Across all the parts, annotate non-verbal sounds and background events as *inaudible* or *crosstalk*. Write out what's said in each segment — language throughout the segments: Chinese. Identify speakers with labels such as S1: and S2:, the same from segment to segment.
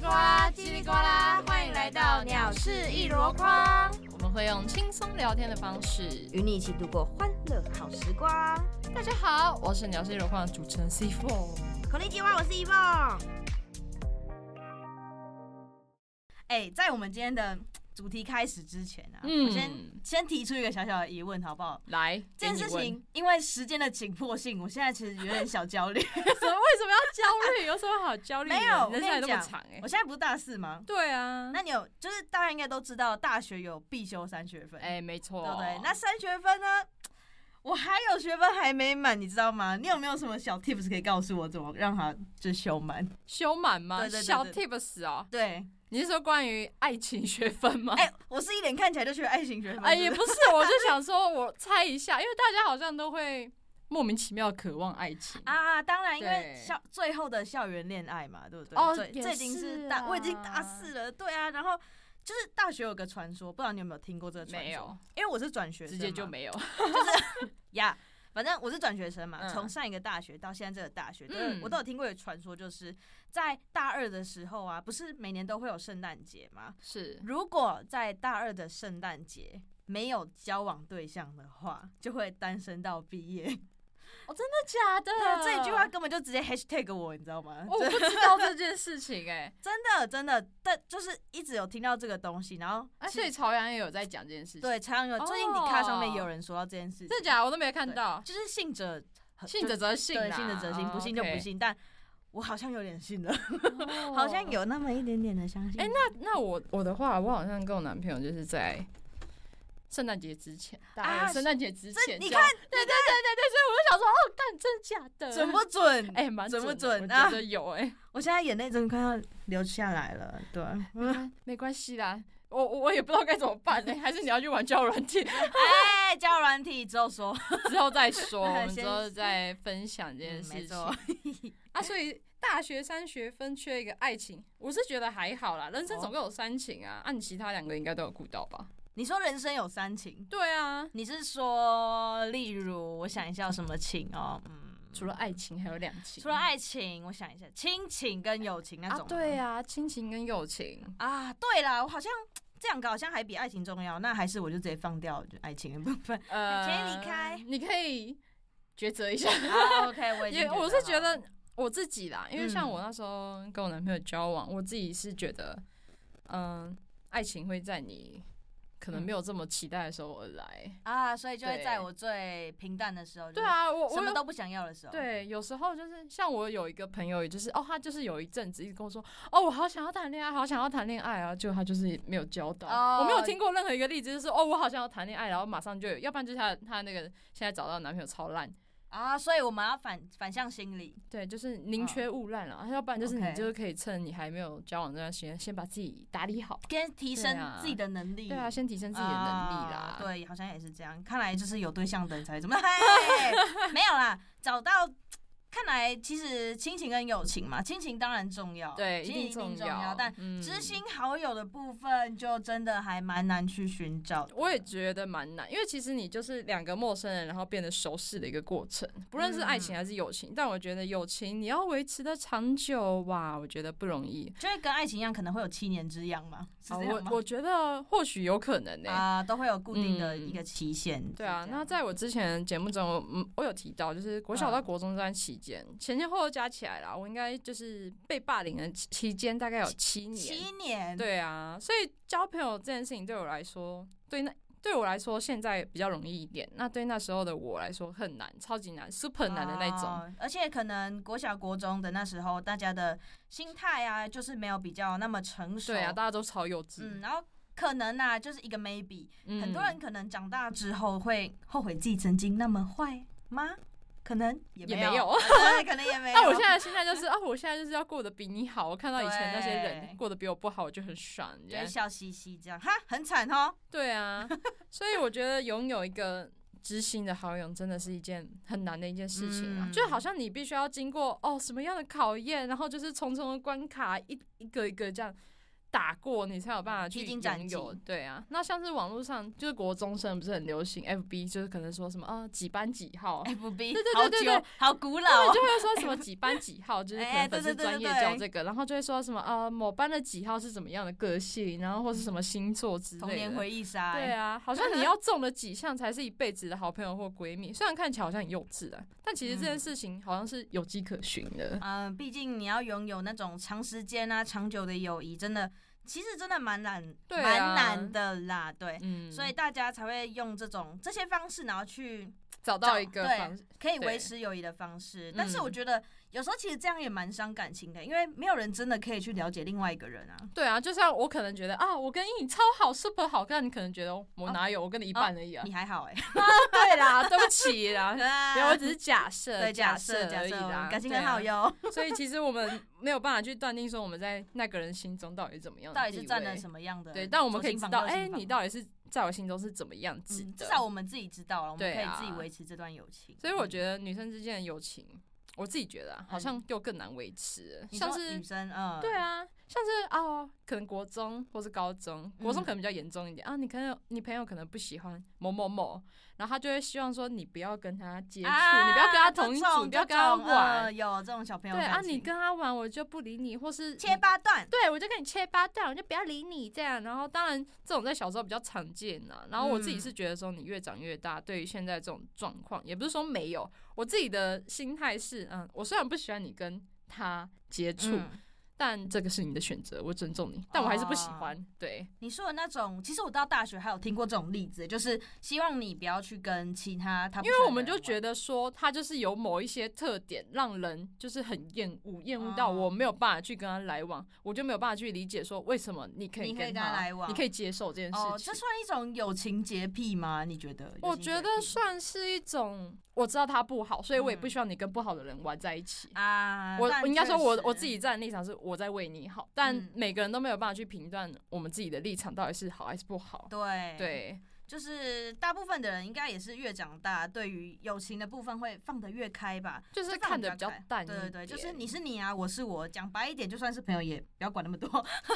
S1: 叽里呱啦，欢迎来到鸟事一箩筐，
S2: 我们会用轻松聊天的方式。
S1: 与你一起度过欢乐好时光。
S2: 大家好，我是鸟事有框的主持人 C Four。
S1: 口令计划，我是一梦。哎、在我们今天的主题开始之前啊，
S2: 嗯
S1: 我先先提出一个小小的疑问，好不好？
S2: 来，
S1: 这件
S2: 给
S1: 事
S2: 哎你
S1: *laughs*
S2: 问
S1: 情因为时间的紧迫性，我现在其实有点小焦 *laughs* 虑。
S2: 怎么为什么要焦虑？有什么好焦虑的？
S1: *laughs* 没有，我
S2: 人
S1: 跟
S2: 生还
S1: 你
S2: 那么
S1: 讲
S2: 长哎、
S1: 我现在不是大四吗？
S2: 对啊，
S1: 那你有就是大家应该都知道，大学有必修三学分，
S2: 哎、没错，
S1: 对不对？那三学分呢？我还有学分还没满，你知道吗？你有没有什么小 tips 可以告诉我，怎么让它就修满？
S2: 修满吗？
S1: 对对对
S2: 小
S1: 对
S2: tips 哦，
S1: 对，
S2: 你是说关于爱情学分
S1: *laughs*
S2: 吗？
S1: 哎、我是一脸看起来就学爱情学分，
S2: 哎，
S1: 是
S2: 也
S1: 不
S2: 不
S1: 是
S2: 是，我就想说，我猜一下，因为大家好像都会莫名其妙地渴望爱情。
S1: 啊，当然，因为
S2: 对
S1: 校最后的校园恋爱嘛，对不对？
S2: 哦
S1: 最
S2: 也
S1: 这已经
S2: 是
S1: 是大，我已经大
S2: 啊
S1: 四了，对啊。然后就是大学有个传说，不知道你有没有听过这个传
S2: 没
S1: 说
S2: 有？，
S1: 因为我是转学生
S2: 直
S1: 嘛，
S2: 接就没有。
S1: 呀。反正我是转学生嘛，
S2: 嗯
S1: 从、上一个大学到现在这个大学，都有
S2: 嗯
S1: 我都有听过有传说，就是在大二的时候啊，不是每年都会有圣诞节吗？
S2: 是，
S1: 如果在大二的圣诞节没有交往对象的
S2: *laughs*
S1: 话，就会单身到毕业。
S2: 哦，真的假的？
S1: 对，这一句
S2: *laughs*
S1: 话根本就直接 hashtag 我，你知道吗？
S2: 我不知道这件事情 *laughs* 哎、
S1: 真的真的，但就是一直有听到这个东西，然后
S2: 啊，所以朝阳也有在讲这件事情。，
S1: 对，常常有最近你
S2: 哦
S1: 看上面也有人说到这件事情，
S2: 真的假的？我都没看到。
S1: 就是信者
S2: 信者则信啊哦
S1: 对，
S2: 啦，
S1: 信者则信，不信就不信。但我好像有点信了，
S2: 哦。
S1: 好像有那么一点点的相信。
S2: 哎那那我我的话，我好像跟我男朋友就是在圣诞节之前，大
S1: 啊
S2: 概圣诞节之
S1: 这
S2: 前
S1: 你
S2: 这样，对对对对对，所以我就想说，哦，干，真的假的？
S1: 准不准？
S2: 哎，蛮
S1: 准不
S2: 的
S1: 准
S2: 我
S1: 啊
S2: 觉得有哎，
S1: 我现在眼泪真的快要流下来了。对，
S2: 没关系啦，我我我也不知道该怎么办呢，还是你要去玩交友软件，
S1: 哎，交友软体之后 *laughs* 说，
S2: 之后再 *laughs* 说，我们
S1: 先
S2: 之后再分享这件
S1: 嗯没
S2: 事情
S1: 错
S2: 啊。所以大学三学分缺一个爱情，我是觉得还好啦，人生
S1: 哦
S2: 总共有三情啊，按、你其他两个应该都有顾到吧？
S1: 你说人生有三情，
S2: 对啊，
S1: 你是说，例如，我想一下有什么情哦，嗯，
S2: 除了爱情还有两情，
S1: 除了爱情，我想一下，亲情跟友情那
S2: 啊
S1: 种，吗。
S2: 对啊，亲情跟友
S1: *laughs*
S2: 情。
S1: 啊，对啦，我好像这两个好像还比爱情重要，那还是我就直接放掉就爱情的部分。
S2: 呃，
S1: 请你离开
S2: 你可以抉择
S1: *laughs*
S2: 一下。
S1: 啊 OK，我已经
S2: 也我是觉得我自己啦，因为像
S1: 嗯
S2: 我那时候跟我男朋友交往，我自己是觉得，嗯、爱情会在你可能
S1: 嗯
S2: 没有这么期待的时候而来。
S1: 啊，所以就会
S2: 对
S1: 在我最平淡的时候，
S2: 对，啊，我我
S1: 什么
S2: 有
S1: 都不想要的时候，，
S2: 对，有时候就是像我有一个朋友，也就是哦，他就是有一阵子一直跟我说，哦，我好想要谈恋爱，好想要谈恋爱啊，就他就是没有交到。
S1: 哦
S2: 我没有听过任何一个例子，就是哦，我好想要谈恋爱，然后马上就有，要不然就是他他那个现在找到的男朋友超烂，
S1: 啊，所以我们要反反向心理，
S2: 对，就是宁缺毋滥了、要不然就是你
S1: 嗯 OK
S2: 就是可以趁你还没有交往这段时间，先把自己打理好。
S1: 先提
S2: 对
S1: 升
S2: 啊
S1: 自己的能力，
S2: 对啊，先提升自己的能力啦
S1: 啊。对，好像也是这样。看来就是有对象的人才会
S2: *laughs*
S1: 怎么，嘿没有啦，找到。看来其实亲情跟友情嘛，亲情当然重要，
S2: 对，
S1: 亲情
S2: 定
S1: 一定
S2: 重
S1: 重要，但
S2: 嗯
S1: 知心好友的部分就真的还蛮难去寻找的。
S2: 我也觉得蛮难，因为其实你就是两个陌生人，然后变得熟识的一个过程，不论是爱情还是友情。但我觉得友情你要维持的长久哇，我觉得不容易。
S1: 就会跟爱情一样，可能会有七年之痒嘛，是
S2: 啊
S1: 这样吗
S2: 我？我觉得或许有可能呢、
S1: 啊，都会有固定的
S2: 嗯
S1: 一个期限。
S2: 对啊
S1: 是，这样
S2: 那在我之前的节目中，我嗯，我有提到，就是国小到国中这段期间，前前后后加起来啦，我应该就是被霸凌的期期间大概有七年。
S1: 七年，
S2: 对啊，所以交朋友这件事情对我来说，对那对我来说现在比较容易一点，那对那时候的我来说很难，超级难，super 难的那种。
S1: 哦而且可能国小、国中的那时候，大家的心态啊，就是没有比较那么成熟。
S2: 对啊，大家都超幼稚。
S1: 嗯，然后可能啊，就是一个 maybe，、
S2: 嗯
S1: 很多人可能长大之后会后悔自己曾经那么坏吗？可能也
S2: 也
S1: 没
S2: 没有。
S1: *laughs* 对，可能也没
S2: *laughs*
S1: 有。
S2: 那我现在的心态就是啊，我现在就是要过得比你好。我看到以前那些
S1: 对
S2: 人过得比我不好，我就很爽。这样
S1: 就笑嘻嘻这样，哈，很惨哦。
S2: 对啊，所以我觉得拥有一个知心的好友真的是一件很难的一件事情啊，
S1: 嗯
S2: 就好像你必须要经过哦什么样的考验，然后就是重重的关卡，一一个一个这样打过，你才有办法去
S1: 披荆斩
S2: 拥有
S1: 棘。
S2: 对啊，那像是网络上就是国中生不是很流行 FB，就是可能说什么啊几班几号，
S1: F B，
S2: 对对
S1: 好
S2: 对对
S1: 久，好古
S2: 他
S1: 老哦
S2: 们就，会说什么几班几号，就是可
S1: *laughs* 哎
S2: 能粉
S1: 对
S2: 丝
S1: 对对
S2: 专业
S1: 对对
S2: 叫这个，然后就会说什么呃某班的几号是怎么样的个性，然后或是什么星座之
S1: 童
S2: 类
S1: 年
S2: 的。
S1: 回忆杀。
S2: 对
S1: 哎 *laughs*
S2: 啊，好像你要中了几项才是一辈子的好朋友或闺蜜。 *laughs* 虽然看起来好像很幼稚啊，但其实这件事情好像是有迹可循的。
S1: 嗯，毕竟你要拥有那种长时间啊、长久的友谊，真的，其实真的蛮难，
S2: 对
S1: 蛮、
S2: 啊
S1: 难的啦。对，
S2: 嗯，
S1: 所以大家才会用这种这些方式，然后去
S2: 找
S1: 找
S2: 到一个
S1: 对
S2: 方式，
S1: 可以
S2: 对
S1: 维持友谊的方式。但是
S2: 嗯
S1: 我觉得有时候其实这样也蛮伤感情的，因为没有人真的可以去了解另外一个人啊。
S2: 对啊，就像我可能觉得啊，我跟你超好，super 好，但你可能觉得我哪有，我跟你一半而已啊。
S1: 你还好哎、
S2: 对啦， *laughs* 对不起
S1: *laughs*
S2: 啦，
S1: 欸，
S2: *laughs* 没有，我只是假设，
S1: 对假
S2: 设
S1: 设假
S2: 而已
S1: 设
S2: 啦，
S1: 感情
S2: 对
S1: 很好 *laughs*
S2: 啊。 *laughs*
S1: 哟，
S2: 所以其实我们没有办法去断定说我们在那个人心中到底是怎么样的
S1: 到
S2: 地位，
S1: 底是占了什么样的？
S2: 对，但我们可以知道，哎、
S1: 哎、
S2: 你到底是在我心中是怎么样子
S1: 嗯
S2: 的。
S1: 至少我们自己知道了，我们
S2: 对
S1: 可以
S2: 啊
S1: 自己维持这段友情。嗯
S2: 所以我
S1: 得。
S2: 觉得女生之间的友情，我自己觉得、啊、好像又更难维持了，
S1: 嗯你
S2: 像
S1: 说
S2: 是
S1: 女生，嗯，
S2: 对，啊，像是哦，可能国中或是高中，国中
S1: 嗯
S2: 可能比较严重一点、啊。你可能你朋友可能不喜欢某某某，然后他就会希望说你不要跟他接触，你不要跟他同一
S1: 这
S2: 组，
S1: 啊种
S2: 你不要跟他
S1: 这种呃
S2: 玩。
S1: 有这种小朋友
S2: 对啊，
S1: 感情
S2: 你跟他玩我就不理你，或是
S1: 切
S2: 你。
S1: 八段，
S2: 对，我就跟你切八段，我就不要理你这样。然后，当然这种在小时候比较常见呐、然后我自己
S1: 嗯
S2: 是觉得说，你越长越大，对于现在这种状况，也不是说没有，我自己的心态是，嗯，我虽然不喜欢你跟他接触，
S1: 嗯
S2: 但这个是你的选择，我尊重你，但我还是不喜
S1: 哦
S2: 欢。对，
S1: 你说的那种，其实我到大学还有听过这种例子，就是希望你不要去跟其他他，
S2: 因为我们就觉
S1: 得，
S2: 得说，他就是有某一些特点，让人就是很厌恶，厌恶到
S1: 哦
S2: 我没有办法去跟他来往，我就没有办法去理解说为什么你可以
S1: 你可以
S2: 跟
S1: 跟他来往
S2: 你可以接受这件
S1: 哦，
S2: 事
S1: 这
S2: 情。
S1: 算一种友情洁癖吗？你觉得？
S2: 我
S1: 友情洁
S2: 觉
S1: 癖
S2: 得算是一种，我知道他不好，所以我也不
S1: 嗯
S2: 希望你跟不好的人玩在一起。
S1: 啊，
S2: 我
S1: 但
S2: 我应该说
S1: 确
S2: 我
S1: 实
S2: 我自己站的立场是我在为你好，但
S1: 嗯
S2: 每个人都没有办法去评断我们自己的立场到底是好还是不好。
S1: 对，
S2: 对，
S1: 就是大部分的人应该也是越长大，对于友情的部分会放得越开吧。
S2: 就是
S1: 就放
S2: 看得
S1: 得
S2: 比较
S1: 开
S2: 淡一
S1: 对对对，就是
S2: 点
S1: 你是你啊，我是我，讲白一点，就算是朋友也不要管那么多。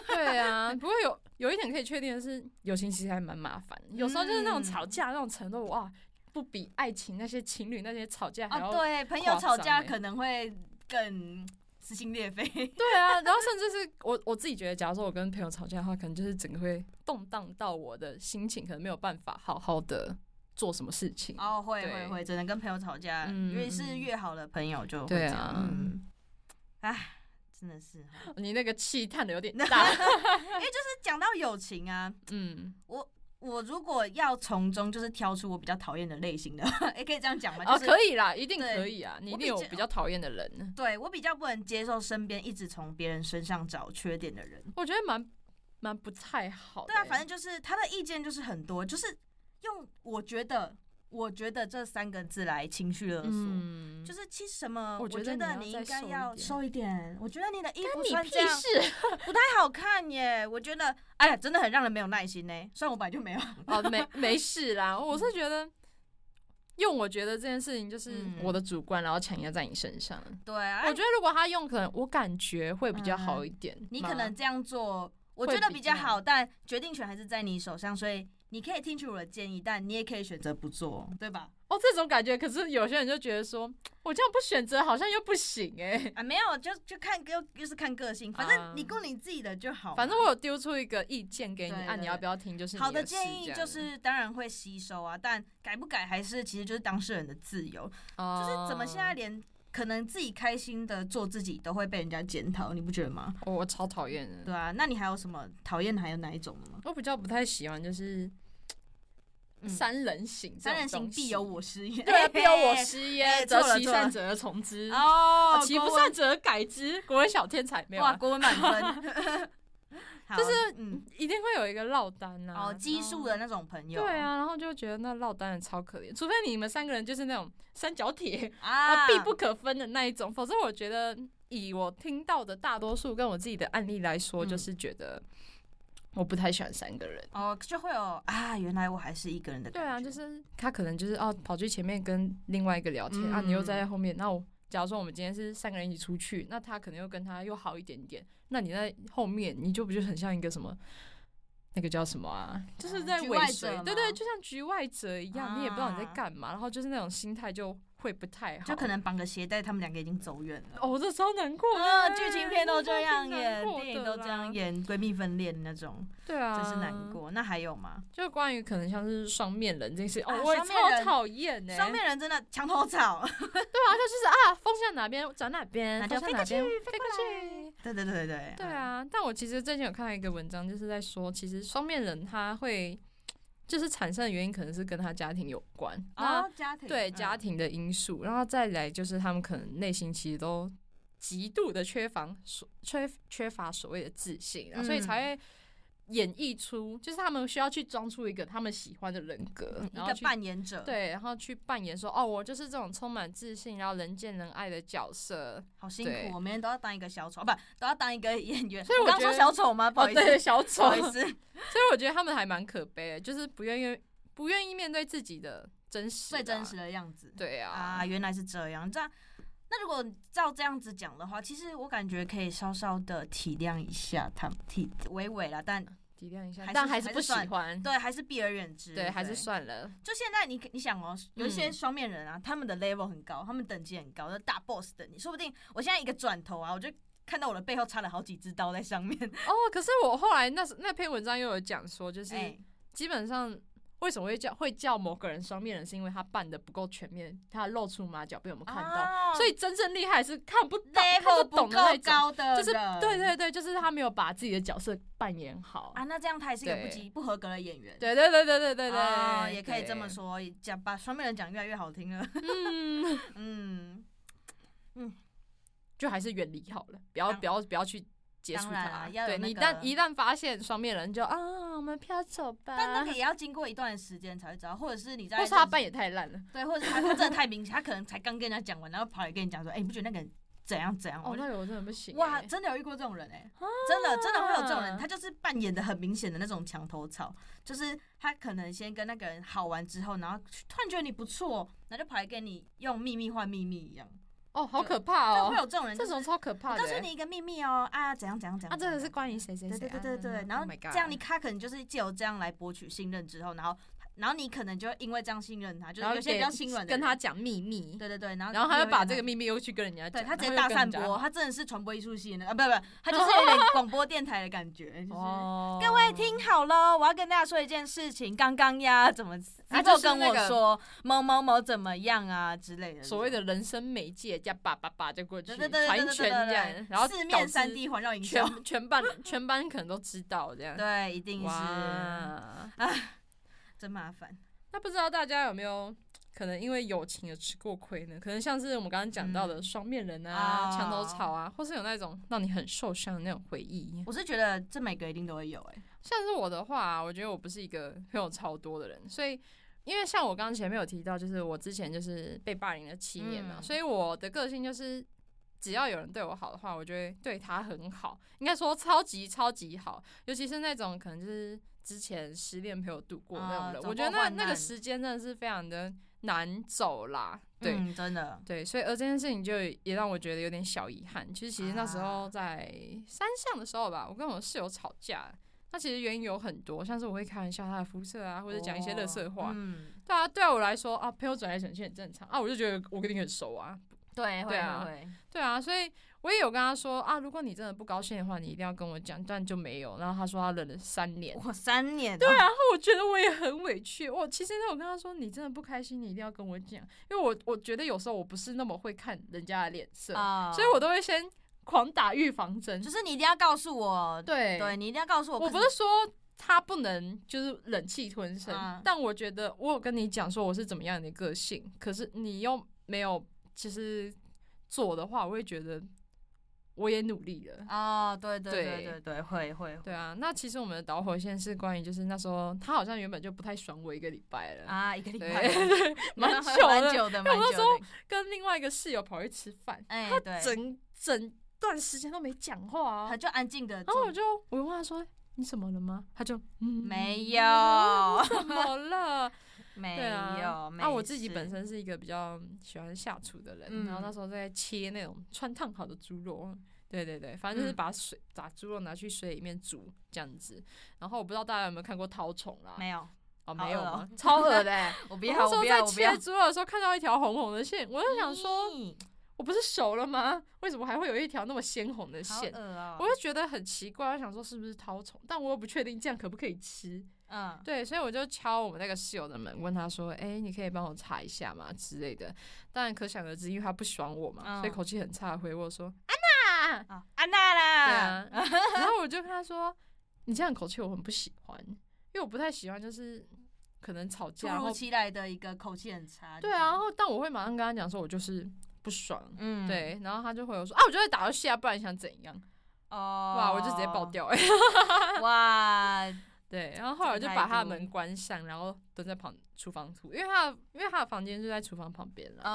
S2: 对
S1: *laughs*
S2: 啊，不过有有一点可以确定的是，友情其实还蛮麻烦的，有时候就是
S1: 嗯
S2: 那种吵架那种程度，哇，不比爱情那些情侣那些吵架 *laughs* 还要、
S1: 哦，对，朋
S2: 夸
S1: 友吵
S2: 张
S1: 架
S2: 欸
S1: 可能会更撕心裂肺。
S2: *laughs* 对啊，然后甚至是我我自己觉得，假如说我跟朋友吵架的话，可能就是整个会动荡到我的心情，可能没有办法好好的做什么事情。
S1: 哦，会
S2: 对
S1: 会会，只能跟朋友吵架，
S2: 嗯
S1: 因为是
S2: 嗯
S1: 越好的朋友就会
S2: 对
S1: 这样
S2: 啊
S1: 嗯，唉，真的是哈。
S2: 你那个气叹的有点
S1: *laughs*
S2: 大，
S1: 那讲到友情啊，
S2: 嗯，
S1: 我如果要从中就是挑出我比较讨厌的类型的， *laughs* 也可以这样讲吗？
S2: 哦，
S1: 啊就是
S2: 可以啦，一定
S1: 对
S2: 可以啊，你一
S1: 我
S2: 定
S1: 比
S2: 有
S1: 较
S2: 比较讨厌的人，
S1: 对我比较不能接受身边一直从别人身上找缺点的人。
S2: 我觉得蛮蛮不太好的
S1: 哦对啊，
S2: 欸。
S1: 反正就是他的意见就是很多，就是用我觉得，我觉得这三个字来情绪勒索。
S2: 嗯，
S1: 就是其实什么，
S2: 我
S1: 我
S2: 觉得
S1: 觉
S2: 你
S1: 得
S2: 要
S1: 你
S2: 再瘦
S1: 应该
S2: 一
S1: 要
S2: 点
S1: 瘦一点。我觉得你的衣服
S2: 干
S1: 穿
S2: 你
S1: 这
S2: 屁
S1: 样
S2: 事。
S1: *laughs* 不太好看耶。我觉得，哎呀，真的很让人没有耐心呢。虽然我本来就
S2: *laughs*
S1: 没有，
S2: 哦，没没事啦，我是觉得。用我觉得这件事情就是
S1: 嗯
S2: 我的主观，然后强压在你身上。
S1: 对啊
S2: 我觉得如果他用，可能我感觉会比较好一点嘛。
S1: 嗯你可能这样做，我
S2: 会
S1: 觉得
S2: 比
S1: 比较
S2: 较
S1: 好，但决定权还是在你手上，所以你可以听取我的建议，但你也可以选择不做，对吧？
S2: 哦，这种感觉，可是有些人就觉得说，我这样不选择好像又不行哎、
S1: 啊，没有，就就看又又是看个性，反正你
S2: 啊
S1: 顾你自己的就好嘛。
S2: 反正我有丢出一个意见给你，
S1: 哦对
S2: 啊，
S1: 对
S2: 你要不要听就是你
S1: 好
S2: 的
S1: 的
S2: 事
S1: 建议
S2: 这样
S1: 就是，当然会吸收啊，但改不改还是其实就是当事人的自由。就是怎么现在
S2: 哦
S1: 连可能自己开心的做自己都会被人家检讨，你不觉得吗？
S2: 我我超讨厌的，
S1: 对啊，那你还有什么讨厌的？还有哪一种的吗？
S2: 我比较不太喜欢就是
S1: 嗯
S2: 三人行这种东西，
S1: 三人行必有我师
S2: *laughs*
S1: 焉，
S2: 对，啊必有我师
S1: 哎
S2: 焉，
S1: 错
S2: 择
S1: 了
S2: 其
S1: 错了
S2: 善者而从之。
S1: *laughs* 哦
S2: 啊，其不
S1: 国文
S2: 善者而改之，国为小天才没有
S1: 哇，
S2: 啊、
S1: 国文满分，
S2: *laughs*
S1: 好
S2: 就是
S1: 嗯，
S2: 一定会有一个落单啊，
S1: 哦，奇数
S2: 然
S1: 的那种朋友，
S2: 后。对，啊，然后就觉得那落单人超可怜，除非你们三个人就是那种三角铁
S1: 啊，
S2: 啊，必不可分的那一种，否则我觉得以我听到的大多数跟我自己的案例来说，
S1: 嗯
S2: 就是觉得我不太喜欢三个人。
S1: 哦，就会有啊，原来我还是一个人的感
S2: 对
S1: 觉，
S2: 啊，就是他可能就是哦，跑去前面跟另外一个聊天、啊，你又
S1: 嗯
S2: 在后面，那我假如说我们今天是三个人一起出去，那他可能又跟他又好一点点，那你在后面你就不就很像一个什么？那个叫什么啊？就是在
S1: 局
S2: 尾
S1: 外
S2: 随
S1: 者，
S2: 对
S1: 吗
S2: 对，就像局外者一样，你也不知道你在
S1: 啊
S2: 干嘛，然后就是那种心态就会不太好，
S1: 就可能绑个鞋带，他们两个已经走远了。
S2: 哦，这超难 *laughs* 过的
S1: 啊，
S2: 欸
S1: 剧情片都这样
S2: 超级
S1: 演，
S2: 难过的啦
S1: 电影都这样演，闺蜜分裂那种，
S2: 对啊，
S1: 真是难。过。那还有吗？
S2: 就关于可能像是双面人这些，哦，
S1: 啊
S2: 我也
S1: 双面
S2: 超
S1: 人
S2: 讨厌呢。
S1: 双面人真的墙头草。
S2: 对啊，他就是啊，风向哪边转哪边，
S1: 那就
S2: 风向哪边飞
S1: 飞过
S2: 过去。
S1: 对对对对
S2: *laughs* 对，啊，但我其实最近有看到一个文章，就是在说，其实双面人他会就是产生的原因，可能是跟他家庭有关。那
S1: 啊，家庭
S2: 对家，庭的因素，然后再来就是他们可能内心其实都极度的缺乏所缺缺乏所谓的自信啊，所以
S1: 嗯
S2: 才会演绎出，就是他们需要去装出一个他们喜欢的人格，
S1: 嗯一
S2: 然后
S1: 个
S2: 去
S1: 扮演者，，
S2: 对，然后去扮演说哦，我就是这种充满自信，然后人见人爱的角色。
S1: 好辛
S2: 对
S1: 苦，我每天都要当一个小丑，啊不，都要当一个演员。
S2: 所以我
S1: 刚
S2: 觉
S1: 说
S2: 得
S1: 小丑吗？不好
S2: 哦，
S1: 意思，
S2: 对，小
S1: *laughs* 不
S2: 丑。
S1: 好意思，
S2: 所以我觉得他们还蛮可悲的，就是不愿意不愿意面对自己的真实、
S1: 最真实。的样子。
S2: 对啊，
S1: 啊，原来是这样。这样，那如果照这样子讲的话，其实我感觉可以稍稍的体谅一下他们，体微微啦，但
S2: 体谅一下
S1: 还，是
S2: 但还
S1: 还
S2: 是
S1: 是
S2: 不喜
S1: 算
S2: 欢。
S1: 对，还是避而远之。
S2: 对，还是算了。
S1: 就现在你你想哦，有一些
S2: 嗯
S1: 双面人啊，他们的 level 很高，他们等级很高，就大 boss 等级。说不定我现在一个转头啊，我就看到我的背后插了好几只刀在上面。 *laughs*
S2: 哦，可是我后来那时那篇文章又有讲说，就是
S1: 哎，
S2: 基本上为什么会叫会叫某个人双面人，是因为他扮的不够全面，他露出马脚被我们看到，
S1: 哦
S2: 所以真正厉害是看不到、看
S1: level
S2: 不
S1: 不
S2: 懂的那
S1: 够
S2: 种。
S1: 高的人，
S2: 就是对对对，就是他没有把自己的角色扮演好。
S1: 啊，那这样他也是一个不
S2: 对
S1: 及不合格的演员。
S2: 对对对对对对对，
S1: 哦，也可以这么
S2: 对。
S1: 说，讲把双面人讲越来越好听了。
S2: *laughs* 嗯，
S1: *laughs* 嗯，
S2: 就还是远离好了，不要
S1: 当
S2: 不要不要去接触
S1: 当然
S2: 他。
S1: 啊要有
S2: 对
S1: 那
S2: 你一
S1: 个
S2: 旦一旦发现双面人，就啊，我们飘走吧。
S1: 但那个也要经过一段时间才会知道，或者是你在
S2: 或是他扮演太烂了。
S1: 对，或者是他他真的太明显，他可能才刚跟人家讲完，然后跑来跟你讲说，哎、你不觉得那个人怎样怎样？
S2: 哦
S1: 我，就
S2: 那个我真的不行欸。啊
S1: 哇，真的有遇过这种人哎、真的真的会有这种人，他就是扮演的很明显的那种墙头草，就是他可能先跟那个人好玩之后，然后突然觉得你不错，然后就跑来跟你用秘密换秘密一样，
S2: 哦，好
S1: 对
S2: 可怕
S1: 就会
S2: 哦，
S1: 有这种人，
S2: 这种
S1: 就是
S2: 超可怕
S1: 我
S2: 的
S1: 告
S2: 欸。
S1: 诉你一个秘密哦啊，怎样怎样怎
S2: 啊，
S1: 样，
S2: 真的
S1: 怎
S2: 是
S1: 样
S2: 关于谁谁
S1: 对
S2: 谁。
S1: 对对
S2: 啊
S1: 对对，然后这样你，他可能就是借由这样来博取信任之后，然后然后你可能就会因为这样信任他，就
S2: 然
S1: 是
S2: 后
S1: 有些比较心软的
S2: 跟
S1: 人
S2: 他讲秘密，
S1: 对对对，然后
S2: 然后他
S1: 又
S2: 会把这个秘密又去跟人家
S1: 对
S2: 讲，
S1: 他直接
S2: 然
S1: 大
S2: 后又
S1: 散
S2: 跟人家
S1: 播，他真的是传播艺术系的那啊，不不，
S2: *laughs*
S1: 他就是有点广播电台的感觉，就是。
S2: 哦，
S1: 各位听好喽，我要跟大家说一件事情。刚刚呀，怎么
S2: 啊
S1: 他
S2: 就
S1: 就是跟
S2: 那
S1: 我
S2: 个
S1: 说某某某怎么样啊之类的，
S2: 所谓的人生媒介，加叭叭叭就过去，
S1: 对对对对
S2: 传
S1: 对对
S2: 拳
S1: 对
S2: 这
S1: 对
S2: 样，然后
S1: 四
S2: 导
S1: 面
S2: 致
S1: 三地环绕营销，
S2: 全全班全班可能都知道这样。
S1: 对，一定是
S2: 哇，
S1: 真麻烦。
S2: 那不知道大家有没有可能因为友情而吃过亏呢？可能像是我们刚刚讲到的
S1: 嗯
S2: 双面人啊、
S1: 啊
S2: 墙头草啊，或是有那种让你很受伤的那种回忆。
S1: 我是觉得这每个一定都会有，哎，
S2: 像是我的话，啊我觉得我不是一个朋友超多的人，所以因为像我刚刚前面有提到，就是我之前就是被霸凌了七年嘛，
S1: 嗯
S2: 所以我的个性就是。只要有人对我好的话，我就会对他很好，应该说超级超级好，尤其是那种可能就是之前失恋陪我度过的那种
S1: 啊
S2: 人，
S1: 走
S2: 我觉
S1: 过
S2: 得那
S1: 患
S2: 那个
S1: 难
S2: 时间真的是非常的难走啦。对，
S1: 嗯，真的，
S2: 对，所以而这件事情就也让我觉得有点小遗憾。其实其实那时候
S1: 啊
S2: 在山上的时候吧，我跟我室友吵架，那其实原因有很多，像是我会开玩笑他的肤色啊，或者讲一些乐色
S1: 哦
S2: 话。
S1: 嗯，
S2: 对啊，对啊我来说啊，朋友转来转去很正常啊，我就觉得我跟你很熟啊。
S1: 对，
S2: 对
S1: 会
S2: 啊
S1: 会会，
S2: 对啊，所以我也有跟他说啊，如果你真的不高兴的话，你一定要跟我讲，但就没有。然后他说他忍了三年，
S1: 我三年，哦
S2: 对，然后哦我觉得我也很委屈。我其实呢，我跟他说，你真的不开心，你一定要跟我讲，因为我我觉得有时候我不是那么会看人家的脸色，
S1: 啊
S2: 所以我都会先狂打预防针。
S1: 就是你一定要告诉我，
S2: 对，
S1: 哦对你一定要告诉我，
S2: 我不是说他不能就是忍气吞声，
S1: 嗯
S2: 但我觉得我有跟你讲说我是怎么样的个性，可是你又没有就是做的话，我会觉得我也努力了。
S1: 哦，对对
S2: 对
S1: 对对对，会会
S2: 对啊，那其实我们的导火线是关于，就是那时候他好像原本就不太爽我一个礼拜了，
S1: 啊，一个礼
S2: 对
S1: 拜
S2: *laughs* 蛮久
S1: *laughs* 蛮
S2: 的。
S1: 久的，
S2: 为我
S1: 蛮
S2: 那时
S1: 久
S2: 候
S1: 的，
S2: 跟另外一个室友跑去吃饭，
S1: 哎，对，
S2: 整整段时间都没讲话啊。
S1: 他就安静的，
S2: 然后我就我嗯问他说：“你怎么了吗？”他就嗯
S1: 没有
S3: *laughs*
S2: 怎么了？
S3: 没
S2: 对啊
S3: 有，，没
S2: 啊，我自己
S3: 事
S2: 本身是一个比较喜欢下厨的人，然后
S3: 嗯
S2: 那时候在切那种穿烫好的猪肉，对对对，反正就是
S3: 嗯
S2: 把水、把猪肉拿去水里面煮这样子。然后我不知道大家有没有看过绦虫啦？
S3: 没
S2: *laughs*
S3: 有，
S2: 哦，
S3: 好
S2: 没有
S3: 恶哦
S2: 吗？ *laughs* 超恶的、欸！
S3: 我不
S2: 我
S3: 要，
S2: 那时
S3: 我
S2: 候
S3: 不
S2: 在
S3: 要，我不要嗯
S2: 切。猪肉的时候看到一条红红的线，我就想说，
S3: 咦
S2: 我不是熟了吗？为什么还会有一条那么鲜红的
S3: 好
S2: 线？
S3: 恶哦、
S2: 我就觉得很奇怪，我想说是不是绦虫，但我又不确定这样可不可以吃。
S3: 嗯，
S2: 对，所以我就敲我们那个室友的门，问他说：“哎、你可以帮我查一下吗？”之类的。当然可想而知，因为他不喜欢我嘛，所
S3: 嗯
S2: 以口气很差的回我说：“安娜。
S3: 啊，安娜啦，
S2: 对啊，然后我就跟他说：“你这样口气我很不喜欢，因为我不太喜欢就是可能吵
S1: 突
S2: 架，然后
S1: 如其来的一个口气很差。
S2: 对啊，然，后但我会马上跟他讲说，我就是不爽。”
S3: 嗯，
S2: 对，然后他就回我说啊，我就会打游戏啊，不然你想怎样？
S3: 哦，
S2: 哇，我就直接爆，掉哎、 *laughs*
S3: 哇，
S2: 对，然后后来我就
S3: 这个
S2: 把
S3: 态
S2: 他的
S3: 度
S2: 门关上，然后蹲在旁厨房吐，因为他的因为他的房间就在厨房旁边了。
S1: 嗯
S2: *laughs*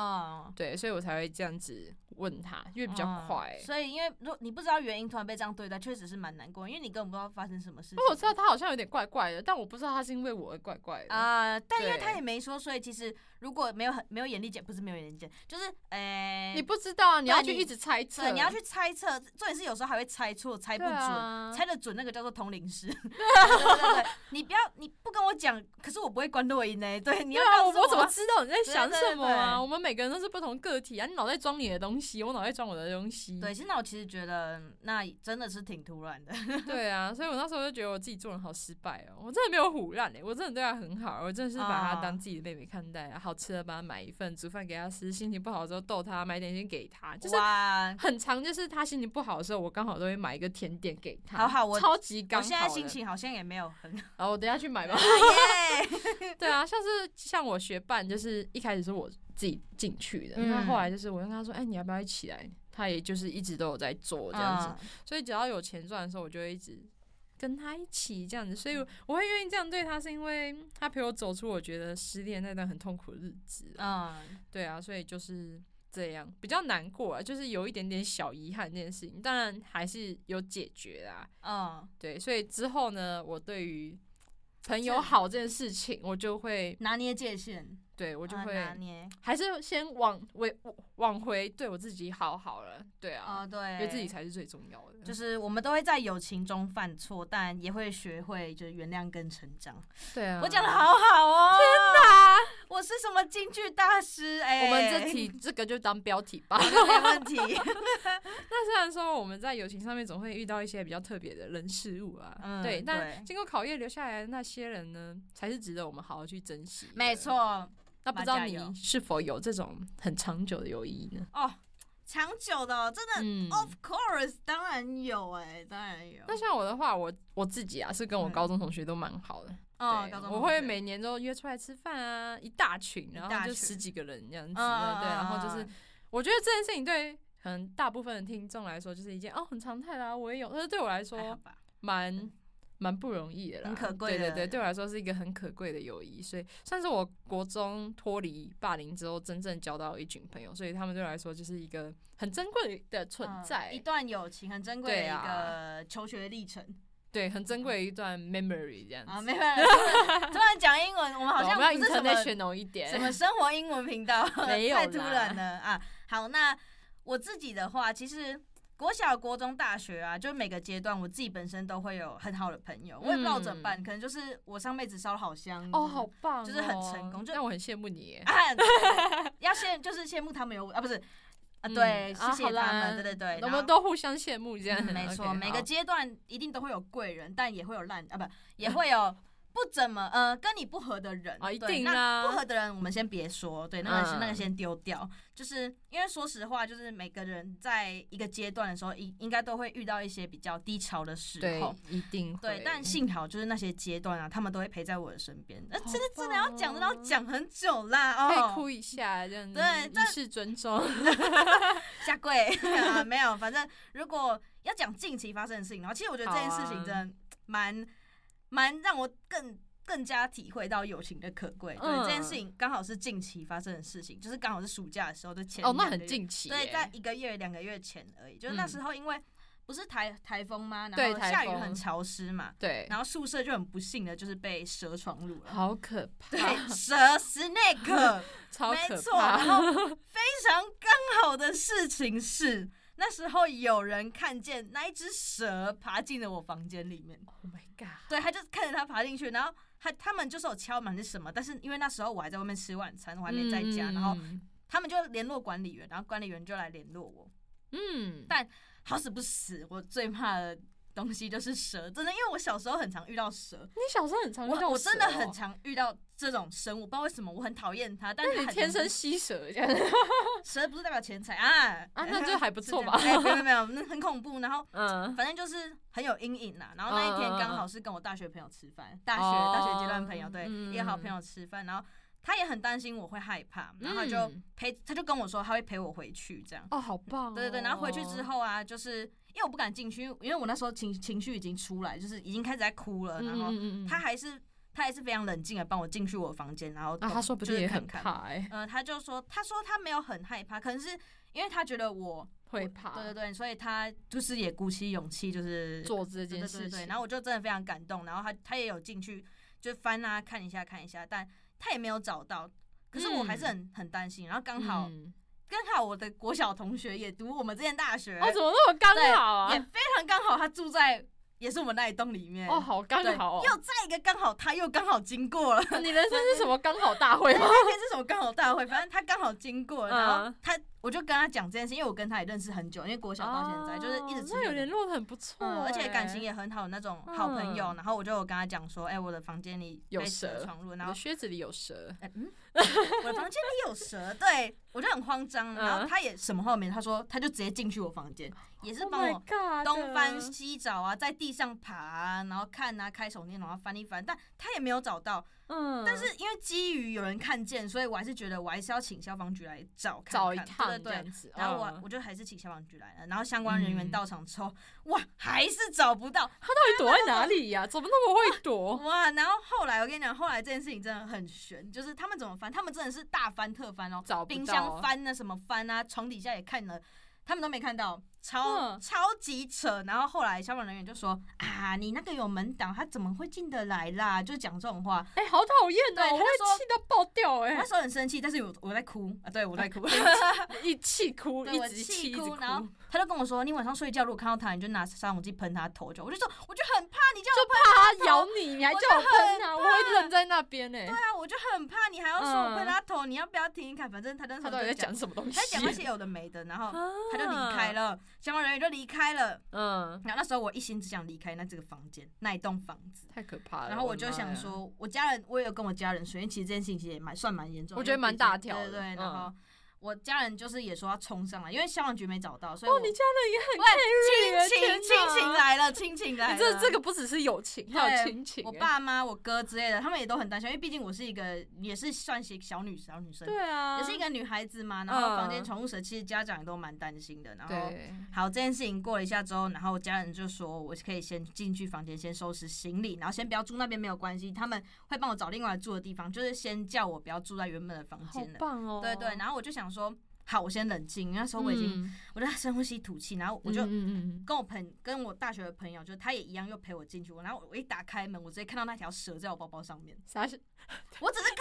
S3: 哦，
S2: 对，所以我才会这样子问他，因为比较
S1: 哦
S3: 嗯
S2: 快、欸。
S1: 所以因为如果你不知道原因，突然被这样对待，确实是蛮难过，因为你根本不知道发生什么事情。
S2: 哦因为我知道他好像有点怪怪的，但我不知道他是因为我而怪怪的。
S1: 啊、但因为
S2: 对
S1: 他也没说，所以其实如果没有很没有眼力见，不是没有眼力见，就是诶、
S2: 你不知道啊，你
S1: 对
S2: 要去
S1: 你
S2: 一直猜测，
S1: 对，你要去猜测，重点是有时候还会猜错，猜不
S2: 对
S1: 准。
S2: 啊。
S1: 猜得准那个叫做通灵
S2: *laughs*
S1: 师，对对对对，你不要你不跟我讲，可是我不会关录音呢。对，你
S2: 对
S1: 要
S2: 啊，
S1: 告
S2: 我
S1: 诉
S2: 我怎么
S1: 我
S2: 知道你在
S1: 对
S2: 想
S1: 对
S2: 什
S1: 对
S2: 么啊？
S1: 对
S2: 我们每个人都是不同个体啊，你脑袋装你的东西，我脑袋装我的东西。
S1: 对，其实那我其实觉得嗯那真的是挺突
S2: *laughs*
S1: 然的， *laughs*
S2: 对啊，所以我那时候就觉得我自己做人好失败哦，我真的没有唬烂哎，我真的对他很好，我真的是把他当自己的妹妹看待啊，好吃的帮他买一份，煮饭给他吃，心情不好的时候逗他，买点心给他，就是
S1: 哇，
S2: 很常就是他心情不好的时候，我刚好都会买一个甜点给他，
S1: 好好我
S2: 超级刚
S1: 我
S2: 好的。
S1: 现在心情好像也没有很好，
S2: 好，我等一下去
S1: *laughs*
S2: 买吧。
S1: 耶，
S2: 对 *laughs* 啊，像是像我学伴，就是一开始是我自己进去的，
S3: 嗯
S2: 那、后来就是我跟他说，哎、你要不要一起来？他也就是一直都有在做这样子，
S1: 子，
S2: 所以只要有钱赚的时候，我就会一直跟他一起这样子。所
S1: 嗯
S2: 以我会愿意这样对他，是因为他陪我走出我觉得失恋那段很痛苦的日子啊。
S1: 嗯，
S2: 对啊，所以就是这样，比较难过啊，就是有一点点小遗憾这件事情，当然还是有解决啦。
S1: 嗯，
S2: 对，所以之后呢，我对于朋友
S1: 是
S2: 好这件事情，我就会
S1: 拿捏界限，
S2: 对我就
S1: 啊
S2: 会、
S1: 拿捏，
S2: 还是先往回往回对我自己好好了。对啊，
S1: 哦，对，
S2: 因为自己才是最重要的。
S1: 就是我们都会在友情中犯错，但也会学会就是原谅跟成长。
S2: 对啊，
S1: 我讲的好好哦，天哪，我是什么京剧大师哎、哦
S2: 我们这题这个就当标题吧。 *laughs*
S1: 没问题，
S2: 那虽然说我们在友情上面总会遇到一些比较特别的人事物啊，
S1: 嗯
S2: 对，但
S1: 对
S2: 经过考验留下来的那些人呢，才是值得我们好好去珍惜。
S1: 没，错
S2: 那不知道
S1: 大家
S2: 你
S1: 有
S2: 是否有这种很长久的友谊呢？
S1: 哦，长久的、哦、真的、
S2: 嗯
S1: Of course，当然有哎、当然有。
S2: 那像我的话，我我自己啊是跟我
S1: 嗯
S2: 高中同学都蛮好的，
S1: 哦，
S2: 对
S1: 高中
S2: 我
S1: 同
S2: 会
S1: 学
S2: 每年都约出来吃饭啊，一大群，然
S1: 一大
S2: 后就
S1: 群
S2: 十几个人这样子，
S1: 嗯
S2: 对，
S1: 嗯嗯
S2: 然后就是
S1: 嗯
S2: 我觉得这件事情对可能大部分的听众来说就是一件哦很常态啦，我也有，但是对我来
S1: 还好
S2: 说
S1: 吧
S2: 蛮蛮不容易的啦，
S1: 哎嗯很可贵
S2: 对对
S1: 的
S2: 对，对我来说是一个很可贵的友谊，所以算是我国中脱离霸凌之后真正交到一群朋友，所以他们对我来说就是一个很珍贵的存
S1: 嗯
S2: 在，
S1: 一段友情很珍贵的
S2: 对
S1: 一
S2: 啊
S1: 个求学历程
S2: 对，很珍贵的一段 memory 这样子。
S1: 啊，没办法，
S2: *laughs*
S1: 突然讲英文，我们好
S2: 对哦我
S1: 像
S2: 们要
S1: 不是什么
S2: international 一点，
S1: 什么生活英文频道，
S2: *laughs* 没有啦
S1: *laughs* 太突然了啊！好，那我自己的话，其实国小、国中、大学啊，就每个阶段，我自己本身都会有很好的朋友，我也不知道怎么办，可能就是我上辈子烧的好香
S2: 嗯
S1: 啊
S2: 哦，好。棒哦、
S1: 嗯就是很成功就
S2: 但我很羡慕你耶。
S1: 啊，要羡就是羡慕他们有我啊，不是啊，
S2: 嗯
S1: 对，
S2: 啊
S1: 谢谢他
S2: 好啦
S1: 们，对对对，
S2: 我
S1: 然后
S2: 们都互相羡慕这样。
S1: 嗯没错，
S2: OK，
S1: 每个
S2: 好嗯
S1: 阶段一定都会有贵人，但也会有烂啊，不也会有不怎么呃跟你不合的人
S2: 啊一
S1: 对
S2: 定
S1: 那
S2: 啦
S1: 不合的人我们先别说，对，那个是那
S2: 嗯
S1: 个先丢掉，就是因为说实话，就是每个人在一个阶段的时候，应应该都会遇到一些比较低潮的时候
S2: 对。一定会
S1: 对，但幸好就是那些阶段啊，他们都会陪在我的身边。那、真的
S2: 好
S1: 真的要
S2: 棒
S1: 讲，真的
S2: 哦
S1: 要讲很久啦哦。
S2: 可以哭一下这样子，
S1: 对
S2: 以
S1: 但
S2: 示尊重。
S1: 下跪 *laughs* 啊，没有，反正如果要讲近期发生的事情，然后其实我觉得这件事情
S2: 好啊
S1: 真的蛮蛮、让我更更加体会到友情的可贵。对、
S2: 嗯
S1: 这件事情，刚好是近期发生的事情，就是刚好是暑假的时候，就前
S2: 哦，那
S1: 两个
S2: 很
S1: 月，
S2: 近期耶。嗯
S1: 对，在一个月两个月前而已。就是那时候因为不不是台台风吗？然
S2: 对
S1: 后
S2: 台
S1: 下雨
S2: 风
S1: 很潮湿嘛，
S2: 对，
S1: 然后宿舍就很不幸的就是被蛇闯入了。
S2: 好可怕，
S1: 对，蛇 *laughs* snake，
S2: 超
S1: 没
S2: 可
S1: 错。
S2: 怕，
S1: 然后
S2: *laughs*
S1: 非常刚好的事情是，那时候有人看见那一只蛇爬进了我房间里面。
S2: Oh my god！
S1: 对，他就看着它爬进去，然后他他们就是有敲门还是什么，但是因为那时候我还在外面吃晚餐，我还没在家，然后
S2: 嗯
S1: 他们就联络管理员，然后管理员就来联络我。
S2: 嗯，
S1: 但好死不死，我最怕的东西就是蛇，真的，因为我小时候很常遇到蛇，
S2: 你小时候很常遇到
S1: 我我真的
S2: 蛇哦
S1: 很，常遇到这种生物，不知道为什么我很讨厌它。但
S2: 那
S1: 是
S2: 你
S1: 它很
S2: 天生
S1: 能
S2: 吸蛇这样
S1: 蛇不是代表钱财啊 *laughs*
S2: 啊那就还不错吧
S1: 是这样哎没有没有没有，那很恐怖。然后
S2: 嗯，
S1: 反正就是很有阴影啦。然后那一
S2: 嗯
S1: 天
S2: 嗯嗯
S1: 刚好是跟我大学朋友吃饭，大学、
S2: 哦
S1: 大学阶段朋友对，
S2: 嗯
S1: 一个好朋友吃饭，然后他也很担心我会害怕，然后他就
S2: 嗯
S1: 陪，他就跟我说他会陪我回去这样。
S2: 哦，好棒哦！
S1: 对对对，然后回去之后啊，就是因为我不敢进去，因为因为我那时候情情绪已经出来，就是已经开始在哭了，
S2: 嗯，
S1: 然后
S2: 嗯嗯嗯
S1: 他还是他还是非常冷静的帮我进去我房间，然后
S2: 啊，他说不
S1: 就
S2: 定
S1: 是
S2: 也
S1: 看
S2: 很
S1: 看，
S2: 怕哎，
S1: 呃，他就说他说他没有很害怕，可能是因为他觉得我
S2: 会怕，
S1: 对对对，所以他就是也鼓起勇气就是
S2: 啊做这
S1: 对
S2: 件
S1: 对
S2: 事
S1: 对对，
S2: 情，
S1: 然后我就真的非常感动，然后他他也有进去就翻啊看一下看一下，但他也没有找到。可是我还是很很担心，然后刚好、
S2: 嗯
S1: 刚好我的国小同学也读我们这间大学，
S2: 哦，怎么那么刚
S1: 对
S2: 好
S1: 也
S2: 啊？
S1: 非常刚好，他住在也是我们那一栋里面。
S2: 哦，好刚
S1: 对
S2: 好哦！
S1: 又再一个刚好，他又刚好经过了。
S2: 你人生是什么刚好大会 *laughs*
S1: 那 *laughs*
S2: 吗？
S1: 天是什么刚好大会？反正他刚好经过了，然后
S2: 嗯
S1: 他我就跟他讲这件事，因为我跟他也认识很久，因为国小到现在、就是一直
S2: 哦
S1: 持续
S2: 那有联络的很不错
S1: 嗯，
S2: 欸，
S1: 而且感情也很好，那种好朋友。
S2: 嗯
S1: 然后我就有跟他讲说，哎、我的房间里
S2: 有
S1: 被
S2: 蛇
S1: 闯入，
S2: 我
S1: 然
S2: 的
S1: 后
S2: 靴子里有蛇，
S1: 哎嗯，我的房间里有蛇，对我就很慌张。然后
S2: 嗯
S1: 他也什么后面，他说他就直接进去我房间，也是
S2: Oh
S1: 帮
S2: my
S1: 我
S2: God
S1: 东翻西找啊，在地上爬啊，然后看啊，开手电筒啊翻一翻，但他也没有找到。
S2: 嗯，
S1: 但是因为基于有人看见，所以我还是觉得我还是要请消防局来找看看
S2: 找一
S1: 对
S2: 趟这
S1: 对对。
S2: 样子，
S1: 然后我、
S2: 嗯
S1: 我就还是请消防局来了，然后相关人员
S2: 嗯
S1: 到场之后，哇，还是找不到
S2: 他到底躲在哪里呀？怎么那么会躲？
S1: 哇！然后后来我跟你讲，后来这件事情真的很悬，就是他们怎么翻，他们真的是大翻特翻哦，
S2: 找不
S1: *laughs* 冰
S2: 到
S1: 箱
S2: 啊
S1: 翻啊，什么翻啊，床底下也看了，他们都没看到，超、
S2: 嗯
S1: 超级扯。然后后来消防人员就说啊，你那个有门挡，他怎么会进得来啦？就讲这种话，
S2: 哎，好讨厌
S1: 对
S2: 哦！
S1: 他
S2: 我
S1: 就
S2: 会
S1: 说
S2: 气到爆掉
S1: 我
S2: 哎 *laughs*
S1: 那，时候很生气，但是我我在哭啊，对我在哭。
S2: 一气哭，
S1: 对
S2: 一
S1: 我
S2: 直气，一
S1: 气
S2: 直
S1: 哭，
S2: 哭，
S1: 然后他就跟我说：“你晚上睡觉如果看到他，你就拿杀虫剂喷他头就。”我就说：“我就很怕你叫我喷
S2: 他
S1: 头
S2: 啊咬你，你还
S1: 我
S2: 叫
S1: 就
S2: 我喷啊？
S1: 很
S2: 我
S1: 怕
S2: 会愣在那边哎
S1: 对，啊，我就很怕你还要说我
S2: 嗯
S1: 喷他头，你要不要听一看？反正他那时
S2: 他
S1: 候
S2: 到底在
S1: 就
S2: 讲，什么东西？
S1: 他讲那些有的没的，然后
S2: 啊
S1: 他就离开，了，消防人员就离开了。
S2: 嗯，
S1: 然后那时候我一心只想离开那这个房间，那一栋房子。
S2: 太可怕了。
S1: 然后我
S2: 哎的
S1: 就
S2: 妈
S1: 想
S2: 呀，
S1: 说，我家人我也有跟我家人说，因为其实这件事情其实也蛮算蛮严重的，
S2: 我觉得
S1: 因为
S2: 蛮
S1: 毕竟
S2: 大条
S1: 对
S2: 的
S1: 对对。
S2: 嗯
S1: 然后我家人就是也说要冲上来，因为消防局没找到，所以我
S2: 哦，你家人也很
S1: 喂，
S2: carry，
S1: 亲
S2: 天
S1: 情亲
S2: 哪
S1: 情来了，亲情来
S2: 你
S1: 了。
S2: 啊哎这这个不只是友情，还有
S1: 对
S2: 亲情欸。
S1: 我爸妈、我哥之类的，他们也都很担心，因为毕竟我是一个也是算是小女小女生，
S2: 对啊，
S1: 也是一个女孩子嘛。然后房间
S2: 嗯
S1: 宠物蛇，其实家长也都蛮担心的。然后
S2: 对，
S1: 好，这件事情过了一下之后，然后家人就说我可以先进去房间先收拾行李，然后先不要住那边没有关系，他们会帮我找另外住的地方，就是先叫我不要住在原本的房
S2: 好
S1: 间了。
S2: 棒哦。
S1: 对对，然后我就想说，好，我先冷静。那时候我已经，
S2: 嗯，
S1: 我就深呼吸吐气，然后我就
S2: 嗯嗯嗯
S1: 跟我朋跟我大学的朋友，就是他也一样又陪我进去。我然后我一打开门，我直接看到那条蛇在我包包
S2: *laughs*
S1: 上面。
S2: 啥是
S1: 我只是看，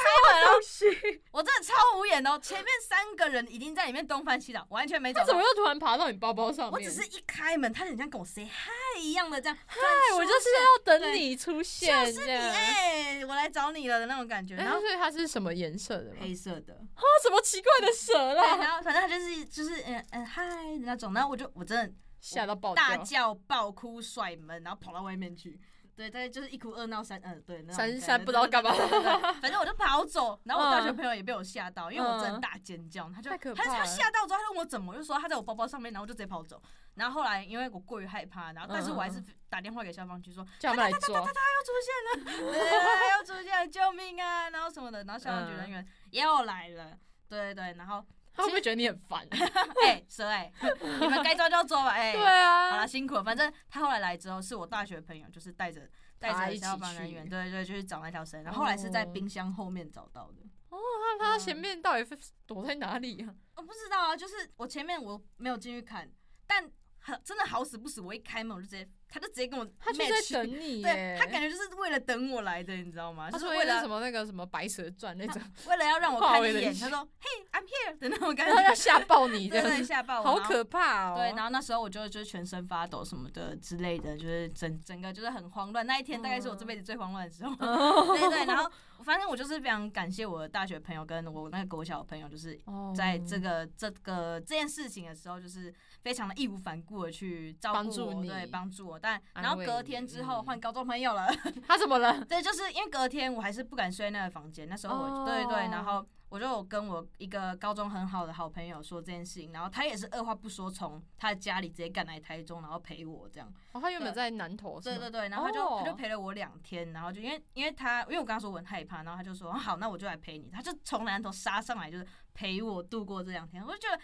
S1: *laughs*
S2: 东西？
S1: 我真的超无言哦。前面三个人已经在里面东翻西倒，完全没
S2: 他
S1: 找
S2: 怎么
S1: 到。
S2: 又突然爬到你包包上面？
S1: 我只是一开门，他很像跟我 say hi 一样的
S2: *laughs*
S1: 这样。嗨
S2: 哎，我就是要等你出现，
S1: 就
S2: 这
S1: 是你
S2: 样。
S1: 哎、我来找你了的那种感觉。
S2: 哎
S1: 然后
S2: 所以它是什么颜色的吗？
S1: 黑色
S2: *laughs*
S1: 的，
S2: 啊，什么奇怪的蛇
S1: 对，
S2: 啦，
S1: 然后反正他就是就是嗯嗯嗨的那种。然后我就我真的
S2: 吓到爆
S1: 大
S2: 掉。
S1: 叫、爆哭、甩门，然后跑到外面去。对，大概就是一哭二闹三，嗯、对，那种
S2: 三
S1: 感觉
S2: 三不知道干嘛
S1: 对对对对反正我就跑走，然后我大学
S2: 嗯
S1: 朋友也被我吓到，因为我真的大尖叫，他就
S2: 太可
S1: 他
S2: 怕
S1: 他
S2: 了
S1: 吓到之后，他问我怎么，我就说他在我包包上面，然后我就直接跑走。然后后来因为我过于害怕，然后但是我还
S2: 嗯
S1: 是打电话给消防局说，
S2: 叫他们来抓，
S1: 对，他要出现了，救命啊，然后什么的，然后消防局
S2: 嗯
S1: 人员也要来了。对对对，然后
S2: 他会不会觉得你很烦？
S1: 哎、蛇哎、 *laughs* 你们该抓就要抓吧哎、
S2: 对啊，
S1: 好啦，辛苦了。反正他后来来之后，是我大学朋友，就是带着带
S2: 他
S1: 着
S2: 一起
S1: 消防人
S2: 去
S1: 员，对对，就是找那条蛇。然后后来是在
S2: 哦
S1: 冰箱后面找到的。
S2: 那他前面到底是躲在哪里呀、
S1: 哦啊我不知道啊，就是我前面我没有进去看，但很真的好死不死，我一开门我就直接，他就直接跟我 match，
S2: 他就是在等你
S1: 对
S2: 耶，
S1: 他感觉就是为了等我来的，你知道吗？
S2: 他
S1: 就是
S2: 说
S1: 为了
S2: 什么那个什么《白蛇传》那 *laughs* 种，
S1: 为了要让我
S2: 化
S1: 看
S2: 为
S1: 一
S2: 人
S1: 眼，
S2: 形 *laughs*
S1: 他说，Hey，I'm here *laughs* 的那种感
S2: 然后要
S1: 觉，
S2: 吓爆
S1: *laughs*
S2: 你这
S1: 真
S2: 样
S1: 的
S2: *laughs* 子，
S1: 吓爆我，
S2: 好
S1: 然后
S2: 可怕哦。
S1: 对，然后那时候我就就全身发抖什么的之类的，就是整整个就是很慌乱。那一天大概是
S2: 嗯
S1: 我这辈子最慌乱的
S2: *laughs*
S1: 时候。对对，然后反正我就是非常感谢我的大学朋友跟我那个国小的朋友，就是
S2: 哦
S1: 在这个这个这件事情的时候，就是非常的义无反顾的去照
S2: 帮
S1: 顾
S2: 助
S1: 我，
S2: 你
S1: 对，帮助我。但
S2: 安
S1: 然后
S2: 慰
S1: 隔
S2: 你
S1: 天之后
S2: 嗯
S1: 换高中朋友了， *laughs*
S2: 他怎么了？
S1: 对，就是因为隔天我还是不敢睡那个房间，那时候我、
S2: 哦
S1: 对对，然后我就有跟我一个高中很好的好朋友说这件事情，然后他也是二话不说从他的家里直接赶来台中，然后陪我这样。
S2: 哦，他原本
S1: 对
S2: 在南投，是
S1: 对
S2: 吗
S1: 对对，然后他就、
S2: 哦
S1: 他就陪了我两天，然后就因为因为他因为我刚刚说我很害怕，然后他就说好，那我就来陪你，他就从南头杀上来就是陪我度过这两天，我就觉得。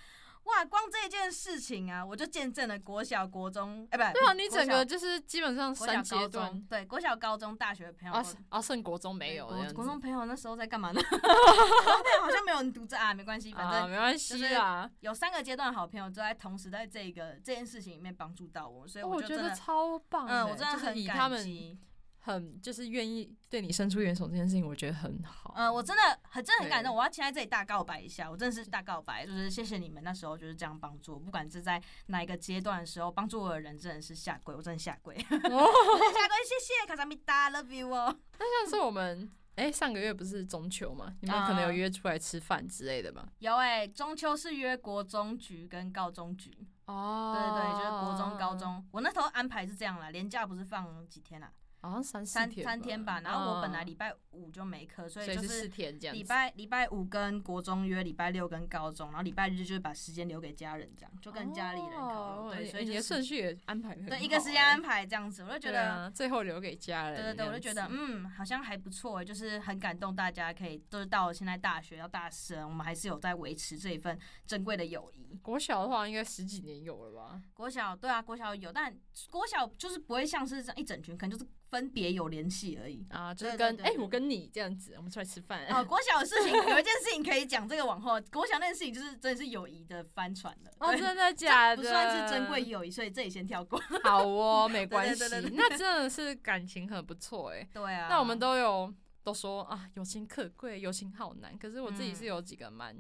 S1: 哇，光这件事情啊，我就见证了国小、国中，哎、不，
S2: 对啊，你
S1: 国
S2: 整
S1: 小
S2: 个就是基本上
S1: 国
S2: 三
S1: 小、
S2: 阶
S1: 高
S2: 段
S1: 中，对，国小、高中、大学的朋友
S2: 啊
S1: 都
S2: 啊，剩国中没有这
S1: 国
S2: 样子，
S1: 国中朋友那时候在干嘛呢？ *laughs* 好像没有人读这啊，没关系，反
S2: 啊，
S1: 正
S2: 没关
S1: 就
S2: 系
S1: 是
S2: 啦。
S1: 有三个阶段的好朋友都在同时在这个这件事情里面帮助到我，所以
S2: 哦我
S1: 就
S2: 觉
S1: 真
S2: 得
S1: 的，
S2: 超棒的，欸
S1: 嗯，我真的
S2: 就是
S1: 很
S2: 以他
S1: 感
S2: 们
S1: 激，
S2: 很就是愿意对你伸出援手这件事情，我觉得很好。*laughs*
S1: 嗯，我真的很真的很感
S2: 对
S1: 动，我要先在这里大告白一下，我真的是大告白，就是谢谢你们那时候就是这样帮助我，不管是在哪一个阶段的时候帮助我的人真的是下跪，我真的下跪， *laughs* 我真的下跪，谢谢卡萨米达，love you 哦，
S2: 像是我们哎、上个月不是中秋嘛，你们可
S1: 嗯
S2: 能有约出来吃饭之类的吧？
S1: 有哎、中秋是约国中局跟高中局。
S2: 哦
S1: 对对，就是国中、高，中。我那时候安排是这样啦，连假不是放几天啦，啊
S2: 好像三四
S1: 三
S2: 天
S1: 三天吧。然后我本来
S2: 嗯
S1: 礼拜五就没课，所
S2: 所
S1: 以
S2: 以
S1: 就是是
S2: 四天这样子。
S1: 礼拜礼拜五跟国中约，礼拜六跟高中，然后礼拜日就是把时间留给家人，这样就跟家里人烤肉。
S2: 哦
S1: 对，
S2: 你
S1: 所以
S2: 你的
S1: 就是
S2: 顺序也安排得很
S1: 对一个时间
S2: 好欸
S1: 安排这样子，我就觉
S2: 对
S1: 得。
S2: 啊、最后留给家人
S1: 对
S2: 这样
S1: 对
S2: 子。
S1: 对，我就觉得嗯，好像还不错欸，就是很感动，大家可以都是到现在大学到大四了，我们还是有在维持这一份珍贵的友谊。
S2: 国小的话应该十几年有了吧？。
S1: 国小对啊，国小有，但国小就是不会像是这样一整群，可能就是分别有联系而已
S2: *laughs* 啊，就是
S1: 对
S2: 跟
S1: 对
S2: 哎、
S1: 对
S2: 我跟你这样子，我们出来吃饭。
S1: 哦，国小的事情有一件事情可以讲，这个往后国小那件事情就是真的是友谊的翻船了。
S2: 哦，
S1: 对
S2: 真的假的？
S1: 不算是
S2: *laughs*
S1: 珍贵友谊，所以这里先跳过。
S2: 好哦，没关系
S1: 对对对，
S2: 那真的是感情很不错哎、
S1: *laughs* 对啊，
S2: 那我们都有都说啊，友情可贵，友情好难。可是我自己
S1: 嗯
S2: 是有几个蛮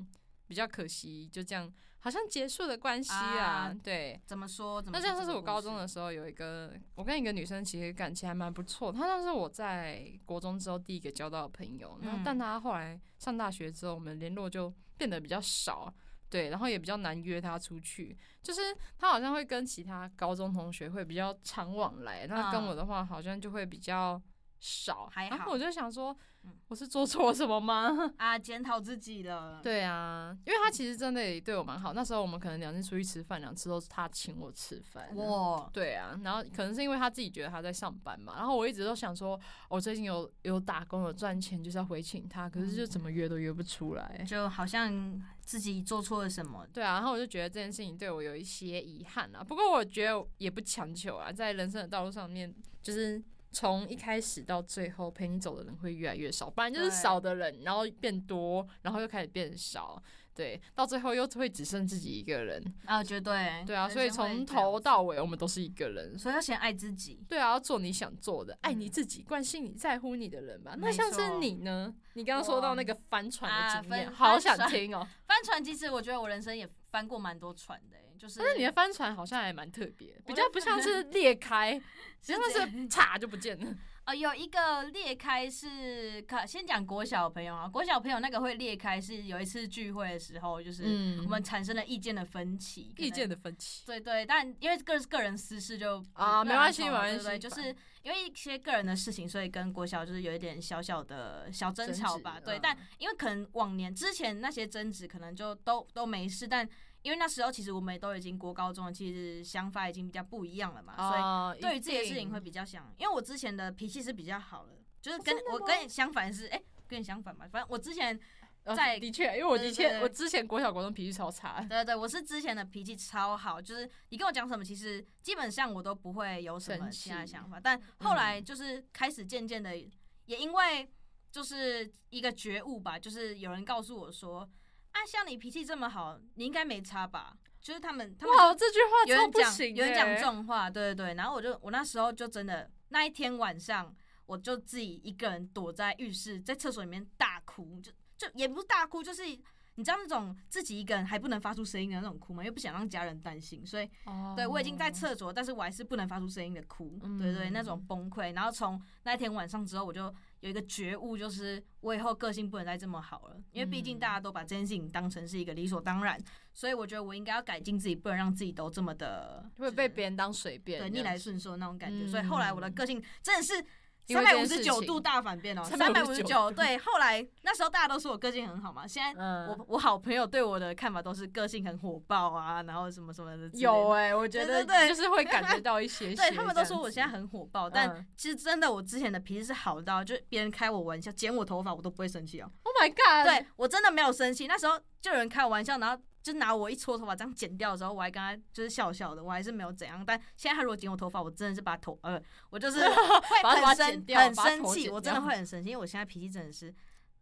S2: 比较可惜，就这样好像结束的关系啊
S1: 啊，
S2: 对。
S1: 怎么说？怎么
S2: 那
S1: 说
S2: 像是
S1: 这个
S2: 我高中
S1: 故
S2: 的
S1: 事
S2: 时候，有一个我跟一个女生其实感情还蛮不错，她像是我在国中之后第一个交到的朋友，那、
S1: 嗯
S2: 但她后来上大学之后，我们联络就变得比较少，对，然后也比较难约她出去，就是她好像会跟其他高中同学会比较常往来，那跟
S1: 嗯
S2: 我的话好像就会比较少，
S1: 还
S2: 然后
S1: 好
S2: 我就想说
S1: 嗯，
S2: 我是做错了什么
S1: *laughs*
S2: 吗？
S1: 啊，检讨自己了。，
S2: 对啊，因为她其实真的也对我蛮好，那时候我们可能两次出去吃饭，两次都是她请我吃饭，
S1: 哇，
S2: 对啊，然后可能是因为他自己觉得他在上班嘛，然后我一直都想说，我、最近有有打工有赚钱，就是要回请他，可是就
S1: 嗯
S2: 怎么约都约不出来。
S1: 就好像自己做错了什么。
S2: 对啊，然后我就觉得这件事情对我有一些遗憾啊。不过我觉得也不强求啊，在人生的道路上面，就是从一开始到最后，陪你走的人会越来越少，不然就是
S1: 对
S2: 少的人，然后变多，然后又开始变少，对，到最后又会只剩自己一个人。
S1: 啊，绝对。
S2: 对啊，
S1: 人
S2: 所以
S1: 生会
S2: 从
S1: 这样
S2: 头
S1: 子，
S2: 到尾我们都是一个人，
S1: 所以要先爱自己。
S2: 对啊，要做你想做的，爱你自己，关心你在乎你的人吧。那
S1: 嗯没
S2: 像是
S1: 错
S2: 你呢？你刚刚说到那个帆船的
S1: 啊
S2: 经验，
S1: 帆
S2: 好
S1: 帆
S2: 想
S1: 船
S2: 听
S1: *laughs*
S2: 哦、
S1: 帆船，其实我觉得我人生也翻过蛮多船的、欸，就是
S2: 但是你的帆船好像还蛮特别，比
S1: 我的
S2: 较不像是裂开，
S1: 是
S2: 像
S1: 这
S2: 是 *laughs* 嚓就不见了。
S1: 呃，有一个裂开是，可先讲国小朋友啊，国小朋友那个会裂开是有一次聚会的时候，就是
S2: 嗯
S1: 我们产生了意见的分歧，可能
S2: 意见。的分歧。
S1: 对对，但因为个个人私事就
S2: 啊
S1: 不
S2: 没关系
S1: 不然
S2: 没
S1: 好
S2: 关系
S1: 对不对，就是因为一些个人的事情，所以跟国小就是有一点小小的小争
S2: 争
S1: 吵
S2: 执
S1: 吧。对，
S2: 嗯
S1: 但因为可能往年之前那些争执可能就都都没事，但因为那时候其实我们也都已经国高中了，其实想法已经比较不一样了嘛，所以
S2: 啊，
S1: 对
S2: 一
S1: 于自己的事
S2: 定哦
S1: 情会比较想，因为我之前的脾气是比较好的，就是跟
S2: 真的
S1: 我
S2: 吗
S1: 跟你相反是，哎、跟你相反吧，反正我之前，
S2: 呃
S1: 在
S2: 的确，因为我
S1: 对
S2: 的
S1: 对
S2: 确
S1: 对
S2: 我之前国小国中脾气超差
S1: 对，对对，我是之前的脾气超好，就是你跟我讲什么，其实基本上我都不会有什么
S2: 生
S1: 其他
S2: 气嗯
S1: 想法，但后来就是开始渐渐的，也因为就是一个觉悟吧，就是有人告诉我说，啊，像你脾气这么好，你应该没差吧。就是他们他们
S2: 哇，这句
S1: 有
S2: 话超
S1: 人
S2: 不
S1: 讲
S2: 行
S1: 有人
S2: 的
S1: 讲
S2: 欸
S1: 这种话，对对对。然后我就我那时候就真的那一天晚上，我就自己一个人躲在浴室，在厕所里面大哭，就就也不是大哭，就是你知道那种自己一个人还不能发出声音的那种哭嘛，又不想让家人担心，所以对我已经在
S2: 哦
S1: 厕所，但是我还是不能发出声音的哭，
S2: 嗯
S1: 对对，那种崩溃。然后从那天晚上之后，我就有一个觉悟，就是我以后个性不能再这么好了，因为毕
S2: 嗯
S1: 竟大家都把这件事情当成是一个理所当然，所以我觉得我应该要改进自己，不能让自己都这么的
S2: 会被别
S1: 人
S2: 人当随便，
S1: 对
S2: 这
S1: 逆
S2: 样
S1: 来
S2: 子
S1: 顺受那种感觉。
S2: 嗯
S1: 所以后来我的个性真的是。
S2: 因
S1: 三
S2: 为
S1: 百
S2: 这
S1: 五
S2: 件
S1: 十
S2: 事
S1: 九
S2: 情
S1: 度大反变哦，三百五十
S2: 359
S1: 九对。后来那时候大家都说我个性很好嘛，现在
S2: 嗯
S1: 我我好朋友对我的看法都是个性很火爆啊，然后什么什么的之类的。
S2: 有哎、我觉
S1: 对
S2: 得
S1: 对对
S2: 就是会感觉到一些些
S1: *laughs* 对他们都
S2: 这
S1: 说
S2: 样
S1: 我
S2: 子
S1: 现在很火爆，但
S2: 嗯
S1: 其实真的我之前的脾气是好到，就是别人开我玩笑、剪我头发，我都不会生气哦。
S2: Oh my God，
S1: 对我真的没有生气，那时候就有人开我玩笑，然后就拿我一撮头发这样剪掉的时候，我还跟他就是笑笑的，我还是没有怎样。但现在他如果剪我头发，我真的是把头呃，
S2: *laughs*
S1: 我就是
S2: 把
S1: 会
S2: 头发
S1: 很
S2: 剪
S1: 生
S2: 掉
S1: 很
S2: 把头
S1: 生气，
S2: 剪
S1: 我真的
S2: 掉
S1: 会很生气，因为我现在脾气真的是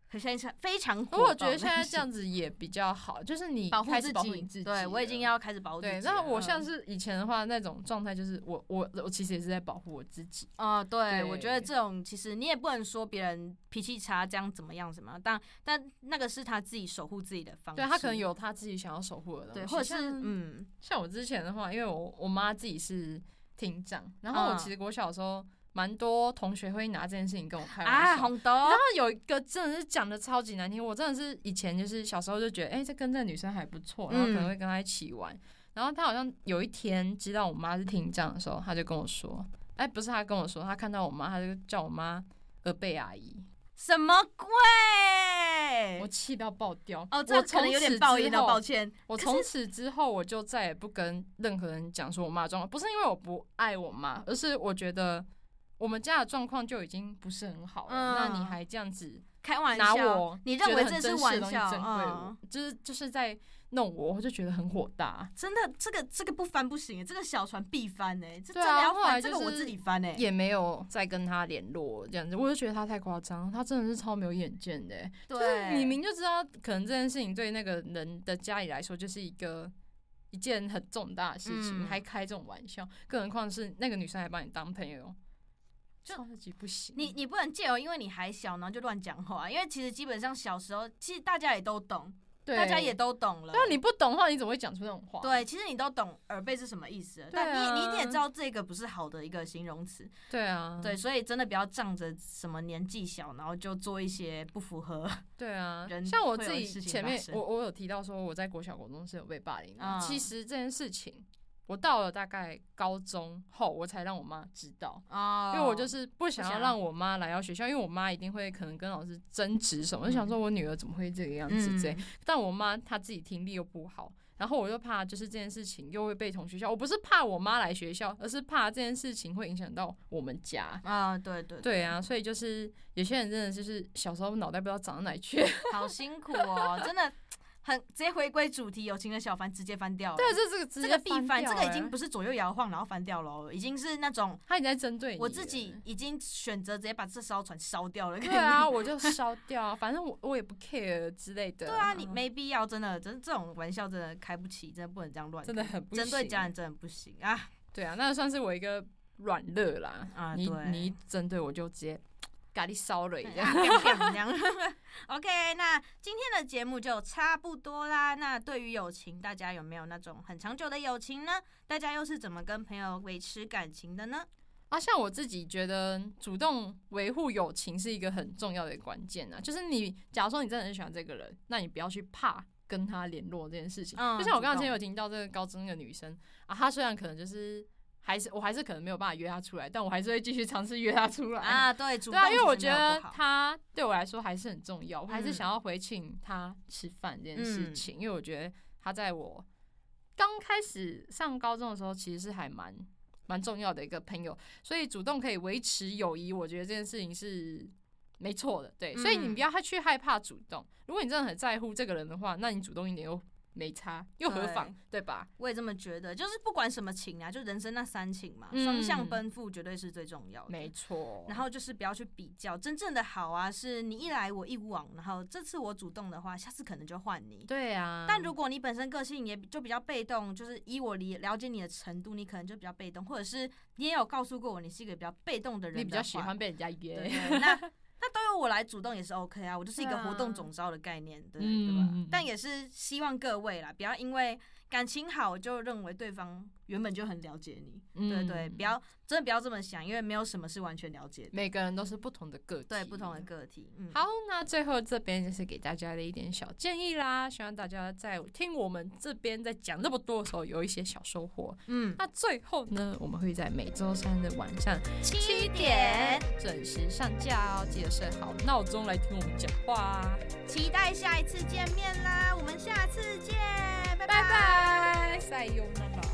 S1: 很现在非常火
S2: 不
S1: 爆。
S2: 过我觉得现在这
S1: 子
S2: 样子也比较好，就是你
S1: *laughs* 保护
S2: 开始
S1: 自
S2: 保护你
S1: 己，
S2: 自己，
S1: 对我已经。要开始保护自己
S2: 对，
S1: 了。
S2: 那我像
S1: 嗯
S2: 是以前的话，那种状态就是我我我其实也是在保护我自己，
S1: 哦、对，我觉得
S2: 对
S1: 这种其实你也不能说别人脾气差，这样怎么样怎么样，但但那个是他自己守护自己的方式。
S2: 对他可能有他自己想要守护的东西，
S1: 对，或者是
S2: 像
S1: 嗯
S2: 像我之前的话，因为我我妈自己是厅长，然后我
S1: 嗯
S2: 其实我小时候蛮多同学会拿这件事情跟我开玩
S1: 啊
S2: 笑，
S1: 红豆，
S2: 然后有一个真的是讲的超级难听，我真的是以前就是小时候就觉得，哎、这跟这女生还不错，然后可能
S1: 嗯
S2: 会跟她一起玩。然后她好像有一天知道我妈是听障的时候，她就跟我说，哎、不是她跟我说，她看到我妈，她就叫我妈耳贝阿姨，
S1: 什么鬼？
S2: 我气到爆掉。
S1: 哦，这
S2: 我
S1: 个可
S2: 从
S1: 能有点
S2: 此
S1: 爆
S2: 之
S1: 音的，
S2: 后
S1: 抱歉。
S2: 我
S1: 可
S2: 从
S1: 是
S2: 此之后，我就再也不跟任何人讲说我妈的状况，不是因为我不爱我妈，而是我觉得我们家的状况就已经不是很好了，那你
S1: 嗯
S2: 还这样子。
S1: 开玩
S2: 拿
S1: 笑，
S2: 我，
S1: 你认为
S2: 觉得
S1: 这
S2: 很
S1: 是
S2: 珍
S1: 玩
S2: 视的东西
S1: 笑
S2: 珍贵我
S1: 嗯
S2: 就是就是在弄我，我就觉得很火大。
S1: 真的这个这个不翻不行，这个小船必翻哎，这
S2: 对
S1: 真
S2: 啊
S1: 的要
S2: 后来
S1: 翻，
S2: 就
S1: 这个我
S2: 是
S1: 自己翻哎。
S2: 也没有再跟他联络，这样子，我就觉得他太夸张，他真的是超没有眼见的欸。就是
S1: 对，
S2: 你明就知道，可能这件事情对那个人的家里来说就是一个一件很重大的事情，你
S1: 嗯
S2: 还开这种玩笑，更何况是那个女生还把你当朋友，
S1: 就
S2: 超级不行。
S1: 你你不能借由因为你还小，然后就乱讲话，因为其实基本上小时候，其实大家也都懂，
S2: 对
S1: 大家也，都懂了。
S2: 对啊，你不懂的话，你怎么会讲出那种话？
S1: 对，其实你都懂耳背是什么意思了，
S2: 对
S1: 但你也你也
S2: 啊
S1: 知道这个不是好的一个形容词，
S2: 对啊，
S1: 对，所以真的不要仗着什么年纪小，然后就做一些不符合。
S2: 对啊，
S1: 人
S2: 像我
S1: 会
S2: 自
S1: 有
S2: 己
S1: 事情
S2: 前
S1: 发
S2: 面，
S1: 生
S2: 我我有提到说我在国小国中是有被霸凌的。
S1: 嗯
S2: 其实这件事情，我到了大概高中后，我才让我妈知道，
S1: *laughs* 哦
S2: 因为我就是不想要
S1: 想
S2: 让我妈来到学校，因为我妈一定会可能跟老师争执什么，就
S1: 嗯
S2: 想说我女儿怎么会这个样子这样。但我妈她自己听力又不好，然后我又怕就是这件事情又会被同学校。我不是怕我妈来学校，而是怕这件事情会影响到我们家。
S1: 啊，对对
S2: 对，啊，所以就是有些人真的就是小时候脑袋不知道长到哪里去，
S1: 好辛苦 *laughs* 哦，真的很直接回归主题，友情的小凡直接翻掉了。
S2: 对，啊这这个直
S1: 这
S2: 接
S1: 个必翻，
S2: 掉
S1: 这个已
S2: 欸
S1: 经不是左右摇晃然后翻掉了哦，已经是那种
S2: *laughs* 他已经在针对你
S1: 我
S2: 了
S1: 自己。已经选择直接把这艘船烧掉了。
S2: 对啊，，我就烧掉啊，反正我我也不 care 之类的。
S1: 对啊，你没必要，真的，真这种玩笑真的开不起，真的不能这样乱
S2: 真的很不
S1: 针对
S2: 行欸
S1: 家人真的不行啊！
S2: 对啊，那算是我一个软肋啦。
S1: 啊
S2: 你
S1: 对 *laughs* 啊
S2: 你一针对我就直接咖喱烧了一
S1: 这
S2: 下。
S1: 样 OK，那今天的节目就差不多啦。那对于友情，大家有没有那种很长久的友情呢？大家又是怎么跟朋友维持感情的呢？
S2: 啊，像我自己觉得主动维护友情是一个很重要的关键啊，就是你假如说你真的很喜欢这个人，那你不要去怕跟他联络这件事情。
S1: 嗯
S2: 就像我
S1: 主
S2: 刚才
S1: 动
S2: 有听到这个高中的女生啊，她虽然可能就是还是我还是可能没有办法约她出来，但我还是会继续尝试约她出来。
S1: 啊，对，主
S2: 对
S1: 动
S2: 啊，因为我
S1: 其
S2: 觉
S1: 实没有
S2: 得
S1: 不好
S2: 她对我来说还是很重要，我还是
S1: 嗯
S2: 想要回请她吃饭这件事
S1: 嗯
S2: 情，因为我觉得她在我刚开始上高中的时候，其实是还蛮蛮重要的一个朋友，所以主动可以维持友谊，我觉得这件事情是没错的。对，所以你
S1: 嗯
S2: 不要去害怕主动。如果你真的很在乎这个人的话，那你主动一点又没差，又何妨，对吧？
S1: 我也这么觉得，就是不管什么情啊，就人生那三情嘛，
S2: 嗯
S1: 双向奔赴绝对是最重要的。
S2: 没错。
S1: 然后就是不要去比较，真正的好啊，是你一来我一往，然后这次我主动的话，下次可能就换你。
S2: 对啊，
S1: 但如果你本身个性也比就比较被动，就是以我理了解你的程度，你可能就比较被动，或者是你也有告诉过我你是一个比较被动的人的
S2: 你比较喜
S1: 话
S2: 欢被人家
S1: 对
S2: 约，
S1: 对
S2: *laughs*
S1: 那那都由我来主动也是 OK 啊，我就是一
S2: 对
S1: 个
S2: 啊
S1: 活动总招的概念，对
S2: 嗯
S1: 对吧
S2: 嗯嗯？
S1: 但也是希望各位啦，不要因为感情好就认为对方原本就很了解你，对对，
S2: 嗯
S1: 不要真的不要这么想，因为没有什么是完全了解的，
S2: 每个人都是不同的个体，
S1: 对不同的个体，嗯，
S2: 好，那最后这边就是给大家的一点小建议啦，希望大家在听我们这边在讲那么多的时候有一些小收获。
S1: 嗯，
S2: 那最后呢，我们会在每周三的晚上
S1: 七点，
S2: 准时上架哦，记得设好闹钟来听我们讲话啊。
S1: 期待下一次见面啦，我们下次见，拜
S2: 拜拜，塞用那啦。